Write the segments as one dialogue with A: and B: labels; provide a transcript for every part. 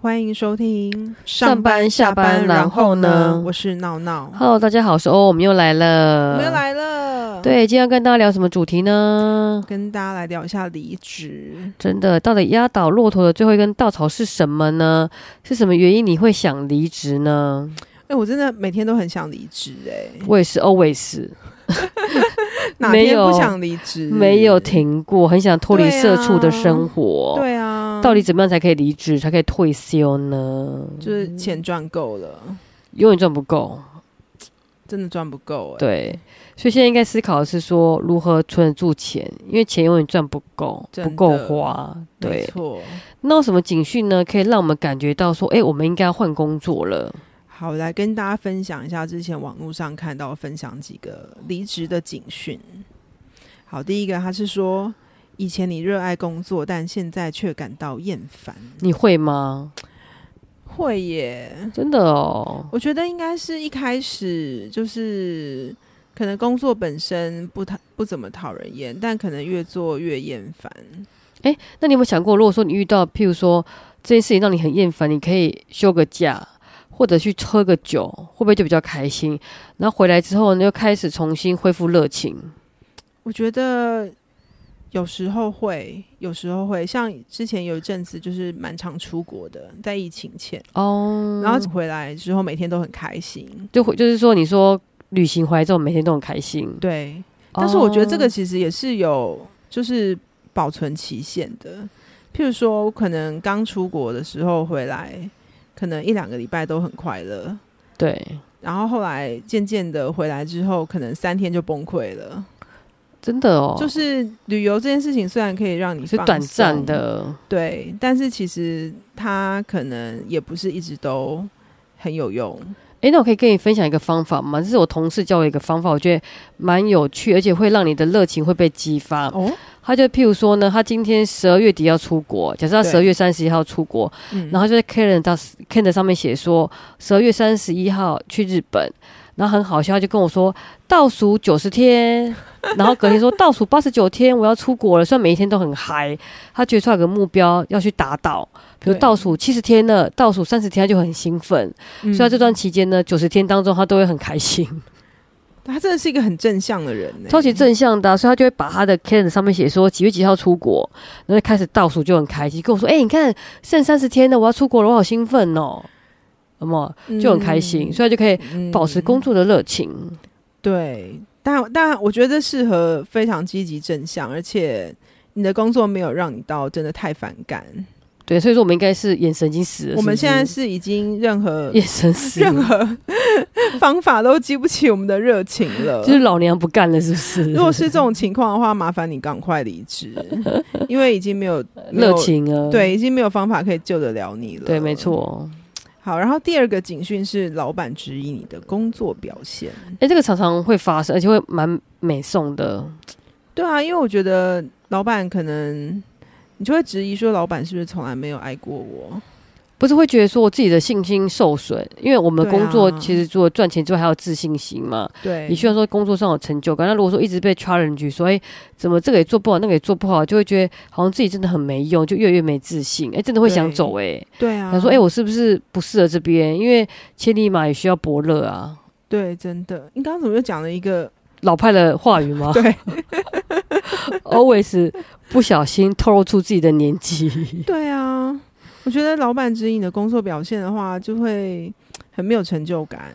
A: 欢迎收听
B: 上班下班然后呢
A: 我是闹闹，
B: Hello，大家好，我是哦欧，我们又来了，
A: 我们又。来了，，
B: 对，今天要跟大家聊什么主题呢？
A: 跟大家来聊一下离职。
B: 真的，到底压倒骆驼的最后一根稻草是什么呢？是什么原因你会想离职呢？
A: 哎、我真的每天都很想离职、
B: 我也是 always
A: 哎， 哪
B: 没
A: 天
B: 有
A: 不想离职？
B: 没有停过，很想脱离社畜的生活。
A: 对啊，
B: 到底怎么样才可以离职，才可以退休呢？
A: 就是钱赚够了，
B: 永远赚不够。
A: 真的赚不够、哎，，
B: 对，所以现在应该思考的是说如何存得住钱，因为钱永远赚不够，
A: 真
B: 不够
A: 的
B: 花。
A: 没
B: 对，
A: 错。
B: 那有什么警讯呢？可以让我们感觉到说，哎、我们应该要换工作了。
A: 好，来跟大家分享一下之前网络上看到分享几个离职的警讯。好，第一个他是说，以前你热爱工作，但现在却感到厌烦。
B: 你会吗？
A: 会耶，
B: 真的哦，
A: 我觉得应该是一开始就是可能工作本身不讨不怎么讨人厌，但可能越做越厌烦。
B: 那你有没有想过，如果说你遇到，譬如说这件事情让你很厌烦，你可以休个假，或者去喝个酒，会不会就比较开心？然后回来之后呢，又开始重新恢复热情。
A: 我觉得有时候会，有时候会，像之前有一阵子就是蛮常出国的，在疫情前。
B: 哦，
A: 然后回来之后每天都很开心。
B: 就会就是说，你说旅行回来之后，每天都很开心。
A: 对，但是我觉得这个
B: 哦
A: 其实也是有就是保存期限的。譬如说，我可能刚出国的时候回来，可能一两个礼拜都很快乐，
B: 对，
A: 然后后来渐渐的回来之后，可能三天就崩溃了。
B: 真的哦，
A: 就是旅游这件事情虽然可以让你
B: 是
A: 放
B: 短暂
A: 松，
B: 的。
A: 对，但是其实它可能也不是一直都很有用。
B: 诶，那我可以跟你分享一个方法吗？这是我同事教我一个方法，我觉得蛮有趣，而且会让你的热情会被激发。
A: 哦，
B: 他就譬如说呢，他今天十二月底要出国，假设他
A: 对
B: 十二月三十一号出国，
A: 嗯
B: 然后就在 calendar calendar 上面写说十二月三十一号去日本，然后很好笑，他就跟我说倒数九 十天，然后隔天说倒数八十九天我要出国了，虽然每一天都很嗨，他觉得出来有个目标要去达到，比如
A: 对
B: 倒数七十天了，倒数三十天他就很兴奋，
A: 嗯
B: 所以他这段期间呢，九十天当中他都会很开心，
A: 他真的是一个很正向的人、欸，
B: 超级正向的啊、所以他就会把他的 calendar 上面写说几月几号出国，然后就开始倒数就很开心，跟我说：“哎、你看剩三十天了，我要出国了，我好兴奋哦。”那么
A: 嗯
B: 就很开心，所以他就可以
A: 以
B: 保持工作的热情。
A: 嗯对，但但我觉得适合非常积极正向，而且你的工作没有让你到真的太反感。
B: 对，所以说我们应该是眼神已经死了，
A: 我们
B: 是不
A: 现
B: 是
A: 在是已经任何
B: 眼神死
A: 任
B: 了，
A: 何方法都激不起我们的热情了
B: 就。是老娘不干了，是不是？
A: 如果是这种情况的话，麻烦你赶快离职，因为已经没有没有
B: 热情啊，
A: 对，已经没有方法可以救得了你了。
B: 对，没。错。
A: 好，然后第二个警讯是老板质疑你的工作表现。
B: 哎、这个常常会发生，而且会蛮美送的。
A: 对啊，因为我觉得老板可能你就会质疑说，老板是不是从来没有爱过我？
B: 不是会觉得说我自己的信心受损，因为我
A: 对
B: 们
A: 啊
B: 工作其实除了赚钱之外，还有自信心嘛。
A: 对，
B: 你需要说工作上有成就感，那如果说一直被 challenge，说哎、怎么这个也做不好，那个也做不好，就会觉得好像自己真的很没用，就越来越没自信。哎、真的会想
A: 对
B: 走哎、
A: 对啊，
B: 想说哎、我是不是不适合这边？因为千里马也需要伯乐啊，
A: 对，真的，你刚刚怎么又讲了一个？
B: 老派的话语吗
A: 对
B: ？always 不小心透露出自己的年纪。
A: 对啊，我觉得老板质疑你的工作表现的话，就会很没有成就感。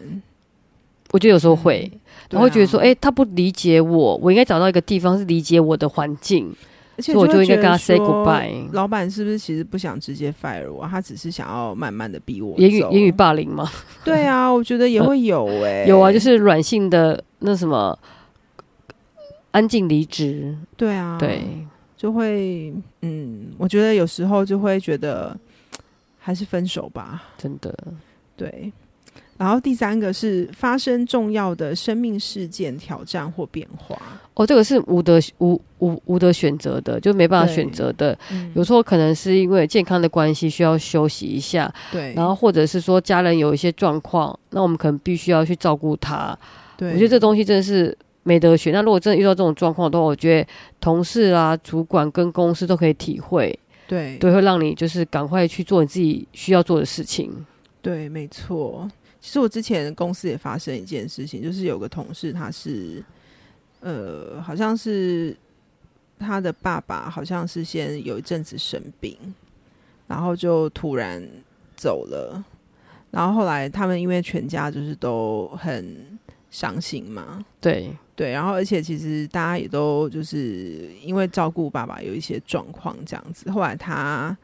B: 我觉得有时候会，
A: 对
B: 然后会觉得说，
A: 啊
B: 哎、他不理解我，我应该找到一个地方是理解我的环境。
A: 而且
B: 所以
A: 会
B: 我就应该
A: 觉
B: 跟
A: 得
B: 他 say
A: 说
B: goodbye
A: 老板是不是其实不想直接 fire 我，他只是想要慢慢的逼我
B: 言语
A: 走
B: 言语霸凌吗？
A: 对啊，我觉得也会有哎、
B: 有啊，就是软性的那什么安静离职，
A: 对啊，
B: 对，
A: 就会，嗯，我觉得有时候就会觉得还是分手吧，
B: 真的
A: 对。然后第三个是发生重要的生命事件、挑战或变化，
B: 哦，这个是无得无无无得选择的，就没办法
A: 对
B: 选择的。
A: 嗯，
B: 有时候可能是因为健康的关系需要休息一下，
A: 对，
B: 然后或者是说家人有一些状况，那我们可能必须要去照顾他。
A: 对，
B: 我觉得这东西真的是。没得选。那如果真的遇到这种状况的话，我觉得同事啊、主管跟公司都可以体会，
A: 对
B: 对，会让你就是赶快去做你自己需要做的事情。
A: 对，没错。其实我之前公司也发生一件事情，就是有个同事他是，呃，好像是他的爸爸，好像是先有一阵子生病，然后就突然走了，然后后来他们因为全家就是都很伤心嘛，
B: 对，
A: 对，然后而且其实大家也都就是因为照顾爸爸有一些状况这样子，后来他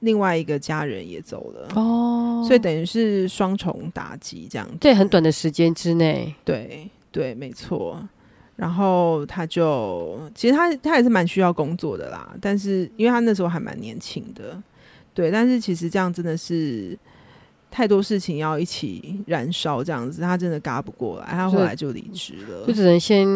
A: 另外一个家人也走了，
B: 哦
A: 所以等于是双重打击这样子。
B: 在很短的时间之内，
A: 对对，没错。然后他就，其实他他也是蛮需要工作的啦，但是因为他那时候还蛮年轻的，对，但是其实这样真的是太多事情要一起燃烧，这样子他真的嘎不过来，他后来就离职
B: 就
A: 了。
B: 只能先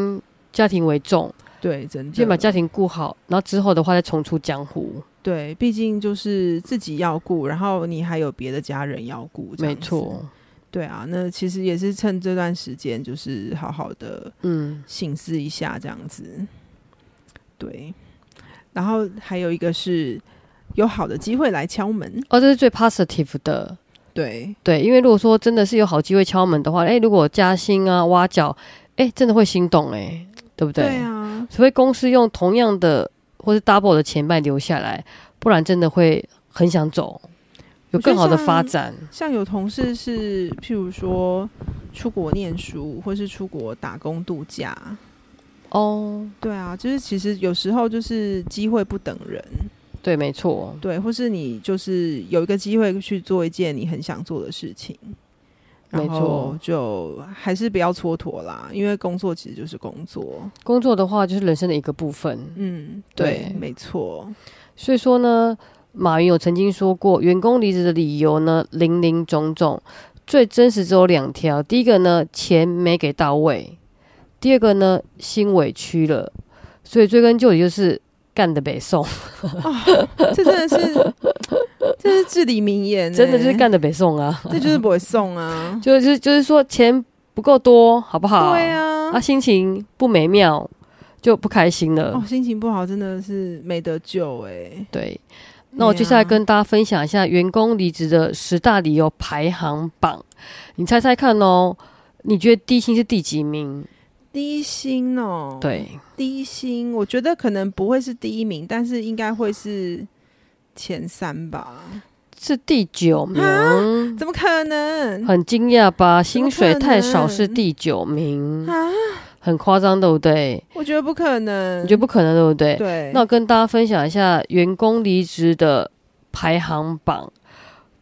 B: 家庭为重，
A: 对，真的，
B: 先把家庭顾好，然后之后的话再重出江湖。
A: 对，毕竟就是自己要顾，然后你还有别的家人要顾，这样
B: 没
A: 子，
B: 错，
A: 对啊，那其实也是趁这段时间，就是好好的
B: 嗯，
A: 醒思一下，这样子。对，然后还有一个是有好的机会来敲门，
B: 哦，这是最 positive 的。
A: 对
B: 对，因为如果说真的是有好机会敲门的话，哎，如果加薪啊、挖角，哎，真的会心动哎、对不对？
A: 啊，
B: 除非公司用同样的或是 double 的钱把你留下来，不然真的会很想走，有更好的发展。
A: 像有同事是譬如说出国念书，或是出国打工度假，
B: 哦，
A: 对啊，就是其实有时候就是机会不等人，
B: 对，没错，
A: 对，或是你就是有一个机会去做一件你很想做的事情。然
B: 没错
A: 后就还是不要蹉跎啦，因为工作其实就是工作。
B: 工作的话就是人生的一个部分。
A: 嗯，对
B: 对，
A: 没错，
B: 所以说呢，马云有曾经说过，员工离职的理由呢，林林总总，最真实只有两条。第一个呢，钱没给到位；第二个呢，心委屈了。所以追根究底就是干的北宋，
A: 这真的是，这是至理名言欸、
B: 真的就是干的北宋啊！
A: 这就是不会送啊，
B: 就是就是说钱不够多，好不好？
A: 对，啊，
B: 啊，心情不美妙就不开心了。
A: 哦，心情不好真的是没得救啊哎、
B: 对，啊那我接下来跟大家分享一下员工离职的十大理由排行榜，你猜猜看哦。你觉得低薪是第几名？
A: 低薪哦，，
B: 对，
A: 低薪，我觉得可能不会是第一名，但是应该会是前三吧？
B: 是第九名，
A: 怎么可能？
B: 很惊讶吧？
A: 怎么
B: 薪
A: 可能
B: 水太少是第九名，
A: 啊
B: 很夸张，对不对？
A: 我觉得不可能，
B: 你觉得不可能，对不嗯对？
A: 对？
B: 那我跟大家分享一下员工离职的排行榜。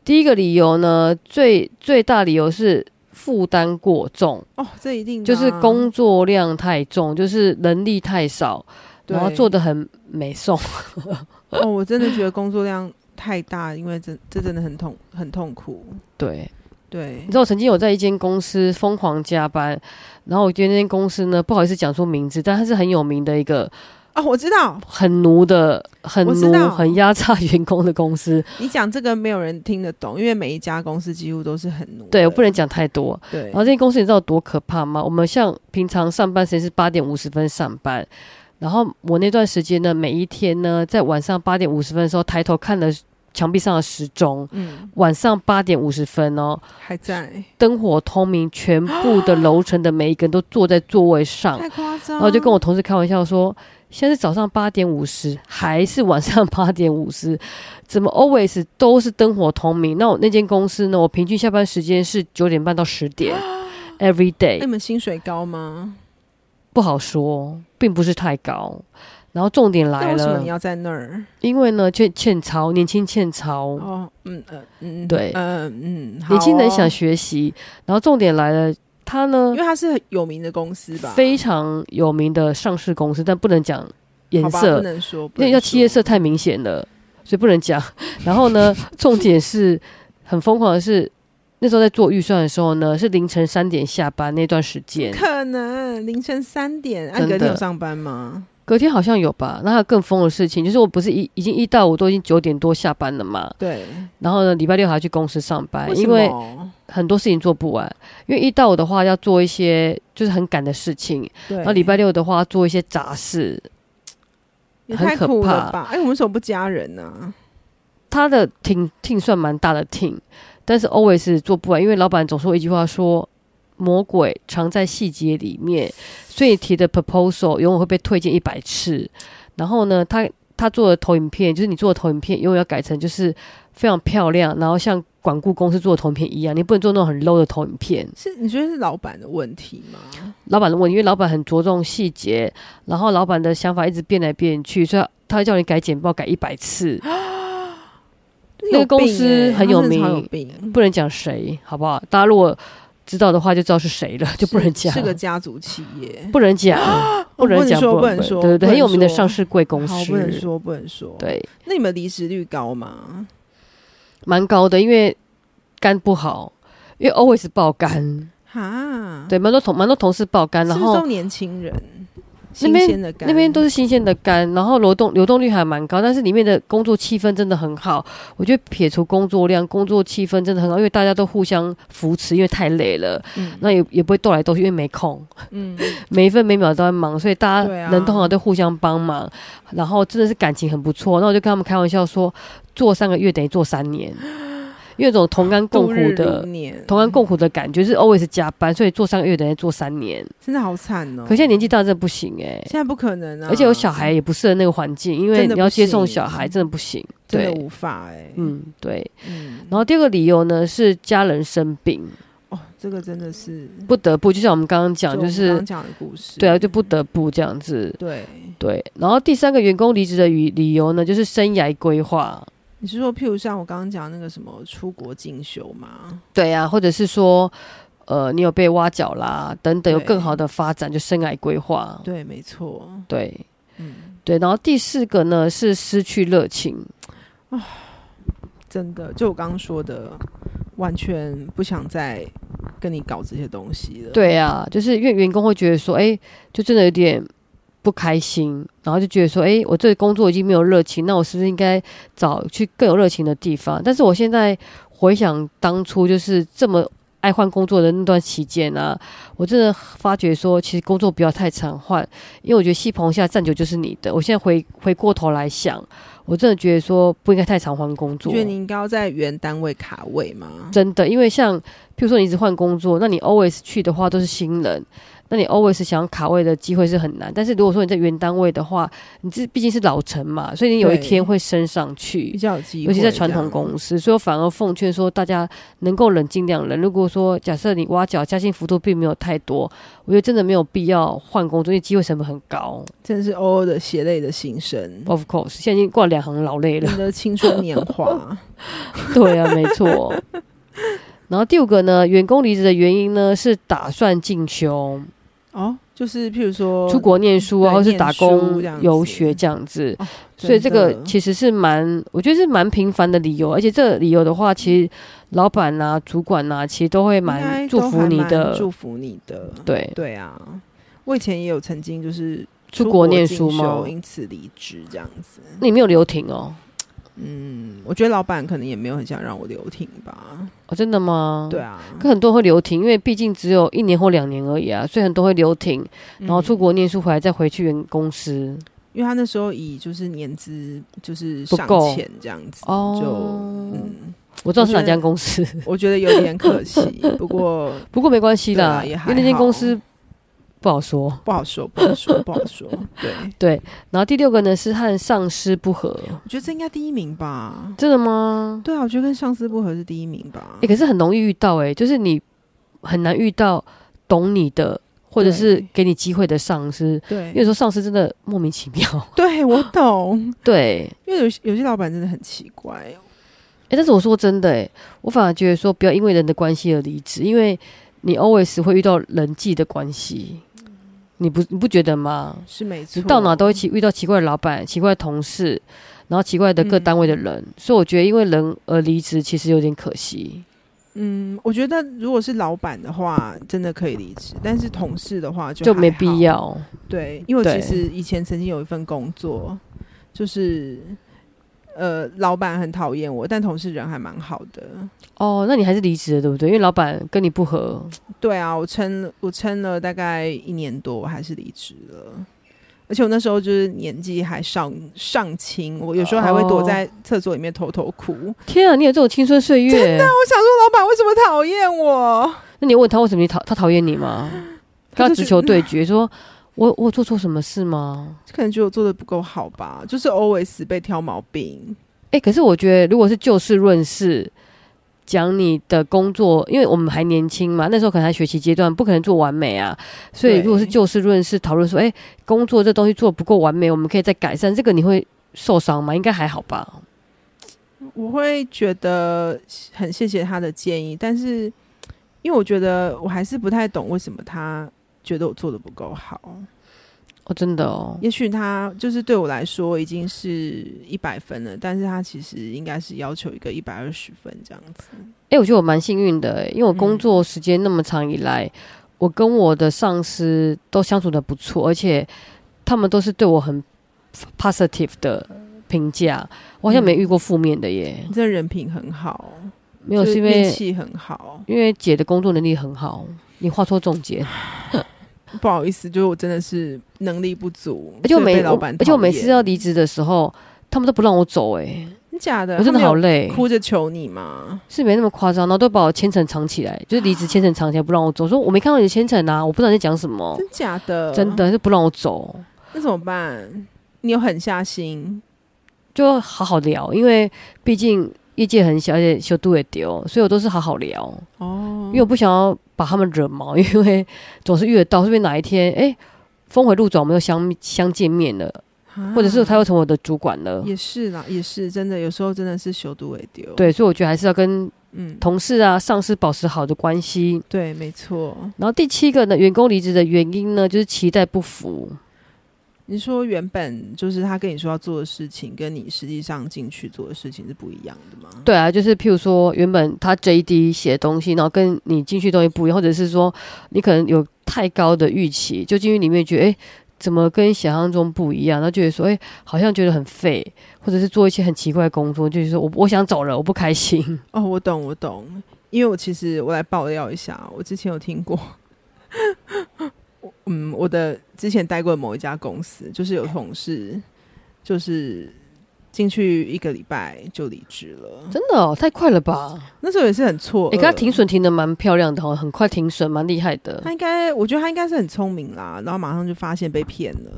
B: 第一个理由呢，最最大理由是负担过重。
A: 哦，这一定的
B: 就
A: 啊
B: 是工作量太重，就是人力太少，
A: 对
B: 然后做的很美送。
A: 哦，我真的觉得工作量太大，因为这这真的很痛很痛苦，
B: 对，
A: 对
B: 你知，道我曾经有在一间公司疯狂加班，然后我觉得那间公司呢，不好意思讲出名字，但它是很有名的一个
A: 哦，我知道，
B: 很奴的、很
A: 我知
B: 奴
A: 道、
B: 很压榨员工的公司。
A: 你讲这个没有人听得懂，因为每一家公司几乎都是很努力。
B: 对我不能讲太多。
A: 对
B: 然，后这间公司你知道有多可怕吗？我们像平常上班时间是八点五十分上班，然后我那段时间呢，每一天呢，在晚上八点五十分的时候，抬头看了墙壁上的时钟，
A: 嗯，
B: 晚上八点五十分哦，
A: 还在，
B: 灯火通明，全部的楼层的每一个人都坐在座位上。
A: 太夸张。
B: 然后就跟我同事开玩笑说，现在是早上八点五十还是晚上八点五十？ 怎么 always 都是灯火通明？那我那间公司呢，我平均下班时间是九点半到十点 ，every
A: 那
B: day
A: 你们薪水高吗？
B: 不好说，哦并不是太高。然后重点
A: 那
B: 来
A: 为什么
B: 了
A: 你，要在那儿？
B: 因为呢欠欠操，年轻欠操，
A: 哦，嗯呃嗯，
B: 对
A: 嗯嗯，好
B: 年轻人
A: 哦
B: 想，学习。然后重点来了，他呢
A: 因为它是很有名的公司吧？
B: 非常有名的上市公司，但不能讲颜
A: 好吧不
B: 色，
A: 能说，不
B: 那
A: 能
B: 叫企业
A: 说
B: 色太明显了，所以不能讲。然后呢，重点是很疯狂的是，那时候在做预算的时候呢，是凌晨三点下班那段时间
A: 不，可能凌晨三点，啊，
B: 真的
A: 隔天有上班吗？
B: 隔天好像有吧。那还有更疯的事情，就是我不是一已经一到五都已经九点多下班了嘛，
A: 对，
B: 然后呢，礼拜六还要去公司上班，
A: 什
B: 呃因
A: 么
B: 为很多事情做不完。因为一到五的话要做一些就是很赶的事情，
A: 对，
B: 然后礼拜六的话要做一些杂事，
A: 也
B: 很
A: 太
B: 可
A: 苦了
B: 怕
A: 吧？哎，我们为什么不加人呢？
B: 他的挺挺算蛮大的挺，但是 always 是做不完，因为老板总说一句话说。魔鬼藏在细节里面，所以你提的 proposal 永远会被推荐一百次。然后呢，他他做的投影片，就是你做的投影片，永远要改成就是非常漂亮，然后像管顾公司做的投影片一样，你不能做那种很 low 的投影片。
A: 是你觉得是老板的问题吗？
B: 老板的问题，因为老板很着重细节，然后老板的想法一直变来变去，所以他会叫你改简报改一百次，那个公司很有
A: 有病欸他真
B: 名
A: 的超有病，
B: 不能讲谁，好不好？大家如果知道的话，就知道是谁了，就不能讲，
A: 是个家族企业，
B: 不能 讲，不能讲，
A: 说，不
B: 能
A: 说，
B: 对对对，很有名的上
A: 市
B: 市贵公
A: 好，
B: 司，
A: 不能说，不能说。，
B: 对，
A: 那你们离职率高吗？
B: 蛮高的，因为肝不好，因为 always 爆肝，
A: 哈，，
B: 对，蛮多同蛮多同事爆肝，然
A: 啊是不是
B: 后
A: 都年轻人，
B: 那
A: 新
B: 边
A: 鲜的感，
B: 那边都是新鲜的肝，然后流动流动率还蛮高，但是里面的工作气氛真的很好。我觉得撇除工作量，工作气氛真的很好，因为大家都互相扶持，因为太累了，
A: 嗯
B: 那也也不会斗来斗去，因为没空，
A: 嗯，
B: 每一分每秒都在忙，所以大家
A: 对啊
B: 人通常都互相帮忙，然后真的是感情很不错。那我就跟他们开玩笑说，做三个月等于做三年，因为有种同甘
A: 嗯
B: 共
A: 度日
B: 苦的
A: 如。年，
B: 同甘共苦的感觉是 always 加班，所以做三个月等于做三年。
A: 真的好惨哦。
B: 可现在年纪大真的不行哎、
A: 现在不可能啊，
B: 而且有小孩也不适合那个环境，因为
A: 真的
B: 你要
A: 不
B: 接送
A: 行
B: 小孩真的不行。
A: 真的
B: 对，
A: 无法哎，
B: 嗯，对。
A: 嗯，
B: 然后第二个理由呢是家人生病，
A: 哦，这个真的是
B: 不得不，就像我们刚刚讲，就
A: 我们刚
B: 是
A: 刚讲的故事，
B: 对啊，就不得不这样子。
A: 对。
B: 对，然后第三个员工离职的理理由呢，就是生涯规划，
A: 你是说，譬如像我刚刚讲那个什么出国进修吗？
B: 对啊，或者是说，呃，你有被挖角啦，等等，有
A: 对
B: 更好的发展，就生涯规划。
A: 对，没错，
B: 对
A: 嗯，
B: 对，然后第四个呢是失去热情，
A: 真的，就我刚刚说的，完全不想再跟你搞这些东西了。，
B: 对啊，就是因为员工会觉得说，哎、就真的有点不开心，然后就觉得说，哎、我这个工作已经没有热情，那我是不是应该找去更有热情的地方？但是我现在回想当初就是这么爱换工作的那段期间啊，我真的发觉说，其实工作不要太常换，因为我觉得戏棚下站久就是你的。我现在回回过头来想，我真的觉得说不应该太常换工
A: 你
B: 作
A: 觉。得你应该要在原单位卡位吗？
B: 真的，因为像譬如说你一直换工作，那你 always 去的话都是新人，那你 always 想要卡位的机会是很难。但是如果说你在原单位的话，你这毕竟是老臣嘛，所以你有一
A: 对
B: 天会升上去
A: 比。较有机会，
B: 尤其在传统公司，所以我反而奉劝说大家能够冷静两人。如果说假设你挖角加薪幅度并没有太多，我觉得真的没有必要换工作，因为机会成本很高。
A: 这样，真的是偶尔的血泪的心 声，
B: Of course，现在已经过了两行老泪了
A: 你。的青春年 华。
B: 对啊，没错。然后第五个呢，员工离职的原因呢是打算进修、
A: 哦，就是譬如说
B: 出，国念书啊，
A: 哦对
B: 或是打
A: 念
B: 工
A: 书这样子
B: 游学这样子。
A: 哦
B: 所以这个
A: 真的
B: 其实是蛮，我觉得是蛮平凡的理由，而且这个理由的话，其实老板呐、主管呐、其实都会
A: 应该
B: 蛮
A: 都
B: 祝福你
A: 还蛮
B: 的。
A: 祝福你的。
B: 对，
A: 对啊，我以前也有曾经就是
B: 出国念
A: 进
B: 书吗
A: 修？因此离职这样子。
B: 那你没有留停哦？
A: 嗯，我觉得老板可能也没有很想让我留停吧。
B: 哦，真的吗？
A: 对。啊，
B: 可很多人会留停，因为毕竟只有一年或两年而已啊，所以很多人会留停，然后出
A: 嗯，
B: 国念书回来再回去原公司。
A: 因为他那时候以就是年资就是
B: 不
A: 上
B: 够
A: 前这样子，
B: 哦
A: 就嗯，
B: 我知道是
A: 我
B: 哪
A: 觉得
B: 家公司，
A: 我觉得有点可惜，不过
B: 不过没关系
A: 对
B: 啦，
A: 啊也还
B: 因为那间公司不好说。
A: 不好说，不好说，不好说。对，
B: 对，然后第六个呢是和上司不合，
A: 我觉得这应该第一名吧。
B: 真的吗？
A: 对啊，我觉得跟上司不合是第一名吧。
B: 诶，可是很容易遇到诶，就是你很难遇到懂你的或者是
A: 对
B: 给你机会的上司。因为有
A: 对，
B: 时候上司真的莫名其妙，
A: 对我懂，
B: 对，
A: 因为有些有些老板真的很奇怪。
B: 诶，但是我说真的，诶，我反而觉得说不要因为人的关系而离职，因为你 always 会遇到人际的关系，你不你不觉得吗？
A: 是没错，
B: 你到哪都会奇遇到奇怪的老板、奇怪的同事，然后奇怪的各
A: 嗯
B: 单位的人，所以我觉得因为人而离职其实有点可惜。
A: 嗯，我觉得如果是老板的话，真的可以离职，但是同事的话就
B: 就
A: 还
B: 没必
A: 好。
B: 要。
A: 对，因为我
B: 对
A: 其实以前曾经有一份工作，就是呃，老板很讨厌我，但同事人还蛮好的。
B: 哦，那你还是离职了，对不对？因为老板跟你不合，
A: 对啊，我撑我撑了大概一年多，我还是离职了。而且我那时候就是年纪还尚尚轻，我有时候还会
B: 哦
A: 躲在厕所里面偷偷哭。啊
B: 天啊，你有这种青春岁月？
A: 我想说，老板为什么讨厌我？
B: 那你有问他为什么你讨他讨厌你吗？跟
A: 他
B: 他
A: 就
B: 直
A: 觉
B: 球
A: 得
B: 对决，说我我有做错什么事吗？
A: 可能觉得我做的不够好吧，就是 always 被挑毛病。
B: 哎、可是我觉得如果是就事论事，讲你的工作，因为我们还年轻嘛，那时候可能还学习阶段，不可能做完美啊。所以
A: 对
B: 如果是就事论事讨论说，哎、工作这东西做得不够完美，我们可以再改善，这个你会受伤吗？应该还好吧。
A: 我会觉得很谢谢他的建议，但是因为我觉得我还是不太懂为什么他觉得我做的不够好。
B: 哦，真的哦，
A: 也许他就是对我来说已经是一百分了，但是他其实应该是要求一个一百二十分这样子。
B: 哎、我觉得我蛮幸运的、诶因为我
A: 嗯
B: 工作时间那么长以来，我跟我的上司都相处的不错，而且他们都是对我很 positive 的评价，我好像没
A: 嗯
B: 遇过负面的耶。
A: 你这人品很好，
B: 没有，
A: 就是
B: 因
A: 运
B: 为
A: 气很好。
B: 因为姐的工作能力很好，你画错重 点，
A: 不好意思，就是我真的是能力不足，
B: 而且我
A: 所以
B: 每
A: 被老
B: 我
A: 板
B: 而且我每
A: 讨
B: 次
A: 厌
B: 要离职的时候，他们都不让我走、欸，
A: 真假的，
B: 我真
A: 他
B: 的
A: 们
B: 好
A: 有
B: 累，
A: 哭着求你吗？
B: 是没那么夸张，然后都把我千层藏起来，就是离职千层藏起来不让我走，说我没看到你的千层啊，我不知道你在讲什么，
A: 真假的，
B: 真，的是不让我走，
A: 那怎么办？你有狠下心，
B: 就好好聊，因为毕竟业界很小，而且修度也丢，所以我都是好好聊
A: 嗯
B: 哦，因为我不想要把他们惹毛， 因为总是遇得到，说不定哪一天哎。峰回路转，我们又相相见面了，
A: 啊
B: 或者是他又成为我的主管了。
A: 也是啦，也是真的，有时候真的是修度为丢。，
B: 对，所以我觉得还是要跟
A: 嗯，
B: 同事啊、上司保持好的关系。
A: 对，没错。
B: 然后第七个呢，员工离职的原因呢，就是期待不符。
A: 你说原本就是他跟你说要做的事情，跟你实际上进去做的事情是不一样的吗？
B: 对啊，就是譬如说，原本他 JD 写的东西，然后跟你进去东西不一样，或者是说你可能有太高的预期，就进去里面觉得哎。诶怎么跟想象中不一样？然后觉得说，哎、好像觉得很废，或者是做一些很奇怪的工作，就是说我我想走了，我不开心。
A: 哦，我懂，我懂。因为我其实我来爆料一下，我之前有听过， 我嗯，我的之前待过的某一家公司，就是有同事就是进去一个礼拜就离职了，
B: 真的、哦、太快了吧？
A: 那时候也是很错愕。
B: 你、欸、跟他停损停的蛮漂亮的哦，很快停损，蛮厉害的。
A: 他应该，我觉得他应该是很聪明啦，然后马上就发现被骗了。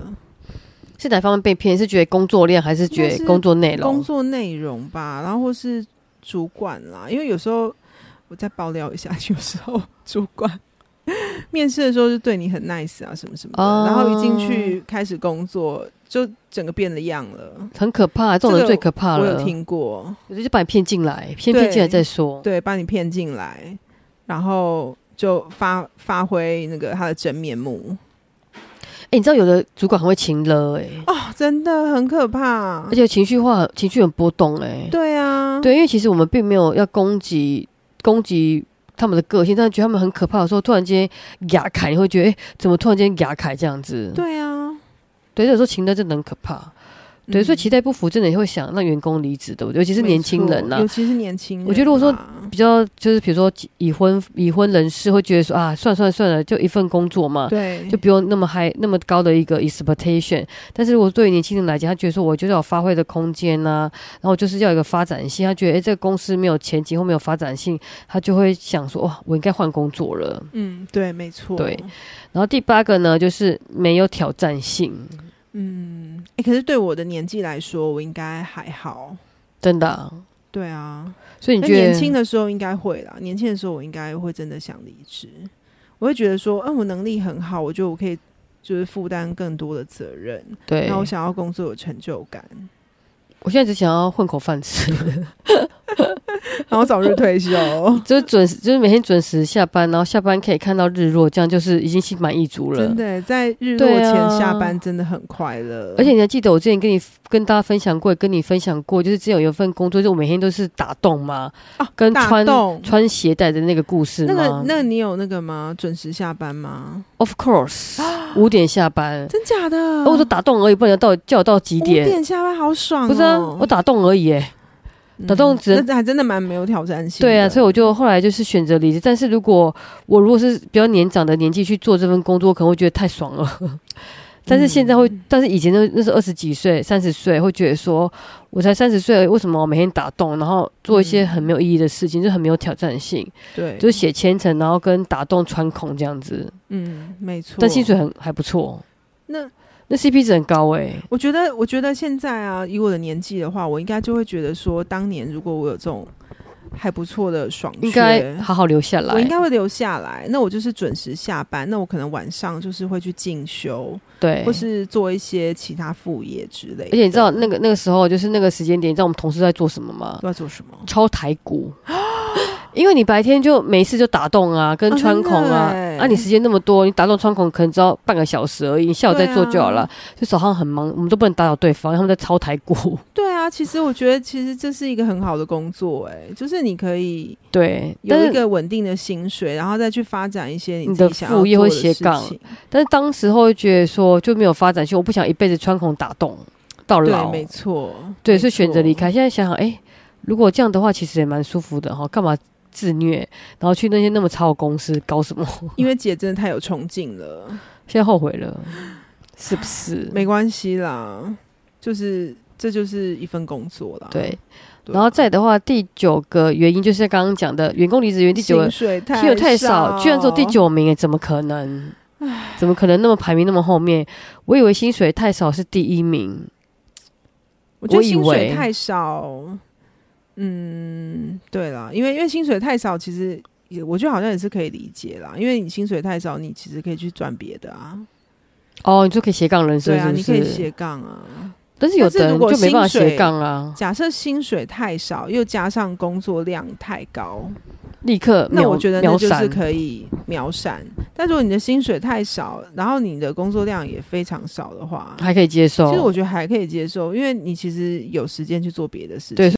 B: 是哪方面被骗？是觉得工作量，还是觉得工作内
A: 工
B: 容？
A: 作内容吧，然后或是主管啦，因为有时候我再爆料一下， 有时候主管面试的时候就对你很 nice 啊，什么什么的，
B: 哦
A: 然后一进去开始工作，就整个变了样了。
B: 很可怕，啊这种人最可怕
A: 我
B: 了。
A: 有听过，
B: 我就是把你骗进来，先骗进来再说。
A: 对，把你骗进来，然后就发发挥那个他的真面目
B: 哎、你知道有的主管很会情勒、哎、
A: 哦，真的很可怕
B: 而。且情绪化，情绪很波动、哎，
A: 对啊，
B: 对，因为其实我们并没有要攻击攻击他们的个性，但是觉得他们很可怕的时候，突然间牙凯，你会觉得，哎、怎么突然间牙凯这样子？
A: 对啊，
B: 对，有时候情勒真的很可怕。对，
A: 嗯
B: 所以期待不符，真的也会想让员工离职的，尤其是
A: 没
B: 年轻
A: 错
B: 人呐、
A: 尤其是年轻人啊。
B: 我觉得如果说比较就是比如说已婚已婚人士会觉得说啊，算算算了，就一份工作嘛，
A: 对，
B: 就不用那么嗨那么高的一个 expectation。但是如果对于年轻人来讲，他觉得说我就是要有发挥的空间呐、然后就是要有一个发展性，他觉得诶、这个公司没有前景或没有发展性，他就会想说哦哇，我应该换工作了。
A: 嗯，对，没错。
B: 对然后第八个呢，就是没有挑战性，
A: 嗯，诶可是对我的年纪来说，我应该还好。
B: 真的啊、
A: 对啊，
B: 所以你
A: 那
B: 觉得
A: 年轻的时候应该会啦，年轻的时候我应该会真的想离职，我会觉得说，嗯，我能力很好，我觉得我可以就是负担更多的责任，
B: 对
A: 然后我想要工作有成就感，
B: 我现在只想要混口饭吃。
A: 然后早日退 休。
B: 就是准时，就是每天准时下班，然后下班可以看到日落，这样就是已经心满意足了
A: 真。的耶，在日落
B: 对
A: 前
B: 啊
A: 下班真的很快乐，
B: 而且你还记得我之前跟你跟大家分享过，跟你分享过，就是之前有一份工作，就我每天都是打洞嘛，
A: 啊，
B: 跟
A: 打
B: 穿
A: 洞
B: 穿鞋带的那个故事
A: 那
B: 吗？
A: 个，那你有那个吗？准时下班吗？
B: Of course，五点下班，
A: 真假的？
B: 哦我说打洞而已，不然要到叫我到几
A: 嗯五
B: 点？
A: 点下班好爽、哦，嗯
B: 不是啊，我打洞而已、哎，打洞只能
A: 那还真的蛮没有挑战性的。
B: 对啊，所以
A: 以
B: 我就后来就是选择离职。但是如果我如果是比较年长的年纪去做这份工作，我可能会觉得太爽了。 但是现在
A: 嗯
B: 会，但是以前那那是二十几岁、三十岁，会觉得说，我才三十岁而已，为什么我每天打洞，然后做一些很没有意义的事情，就很没有挑战性，
A: 对，
B: 就是写千层，然后跟打洞穿孔这样子，
A: 嗯，没错。
B: 但薪水很还不错，
A: 那
B: 那 CP 值很高哎、欸，
A: 我觉得，我觉得现在啊，以我的年纪的话，我应该就会觉得说，当年如果我有这种还不错的爽
B: 应
A: 缺
B: 该，好好留下来。
A: 我应该会留下来。那我就是准时下班，那我可能晚上就是会去进修，
B: 对，
A: 或是做一些其他副业之类的。
B: 而且你知道那个那个时候就是那个时间点，你知道我们同事在做什么吗？
A: 都在做什么？
B: 敲台鼓。因为你白天就没事就打洞啊，跟
A: 哦
B: 穿孔啊，
A: 真的耶
B: 啊，你时间那么多，你打洞穿孔可能只要半个小时而已，你下午再做就好了。
A: 嗯
B: 就早上很忙，我们都不能打扰对方，因为他们在敲台鼓。
A: 对啊，其实我觉得，其实这是一个很好的工作、哎，就是你可以
B: 对，但
A: 有一
B: 是
A: 个稳定的薪水，然后再去发展一些你
B: 你
A: 自
B: 的
A: 己想要
B: 副业
A: 做
B: 会
A: 的
B: 斜
A: 事
B: 杠
A: 情
B: 但是当时候会觉得说就没有发展性，我不想一辈子穿孔打洞到
A: 对，
B: 老，哦
A: 没错，
B: 对，
A: 没
B: 所以选择离
A: 错。
B: 开。现在想想，哎、如果这样的话，其实也蛮舒服的哈，干嘛自虐，然后去那些那么差的公司搞什么？
A: 因为姐真的太有冲劲了。
B: 现在后悔了，是不是？
A: 没关系啦，就是这就是一份工作啦。
B: 对，
A: 对啊，
B: 然后再的话，第九个原因就是刚刚讲的员工离职原因第九个
A: 薪，水太
B: 薪水太
A: 少，
B: 少，居然只有第。九名，哎，怎么可能？怎么可能那么排名那么后面？我以为薪水太少是第一名，
A: 我觉得
B: 我以
A: 薪水
B: 为
A: 太少，嗯，对啦，因为因为薪水太少，其实也我觉得好像也是可以理解啦，因为你薪水太少，你其实可以去赚别的啊，
B: 哦，你就可以斜杠人生，
A: 对
B: 是
A: 啊，
B: 不
A: 你可以
B: 是？
A: 斜杠啊。
B: 但是有的
A: 但是
B: 人
A: 如果
B: 就没办法
A: 薪水
B: 斜杠啊，
A: 假设薪水太少，又加上工作量太高，
B: 立刻
A: 那
B: 呃秒
A: 我觉得那
B: 秒
A: 就是
B: 闪。
A: 可以秒闪。但如果你的薪水太少，然后你的工作量也非常少的话，
B: 还可以接受。
A: 其实我觉得还可以接受，因为你其实有时间去做别的事情。
B: 对，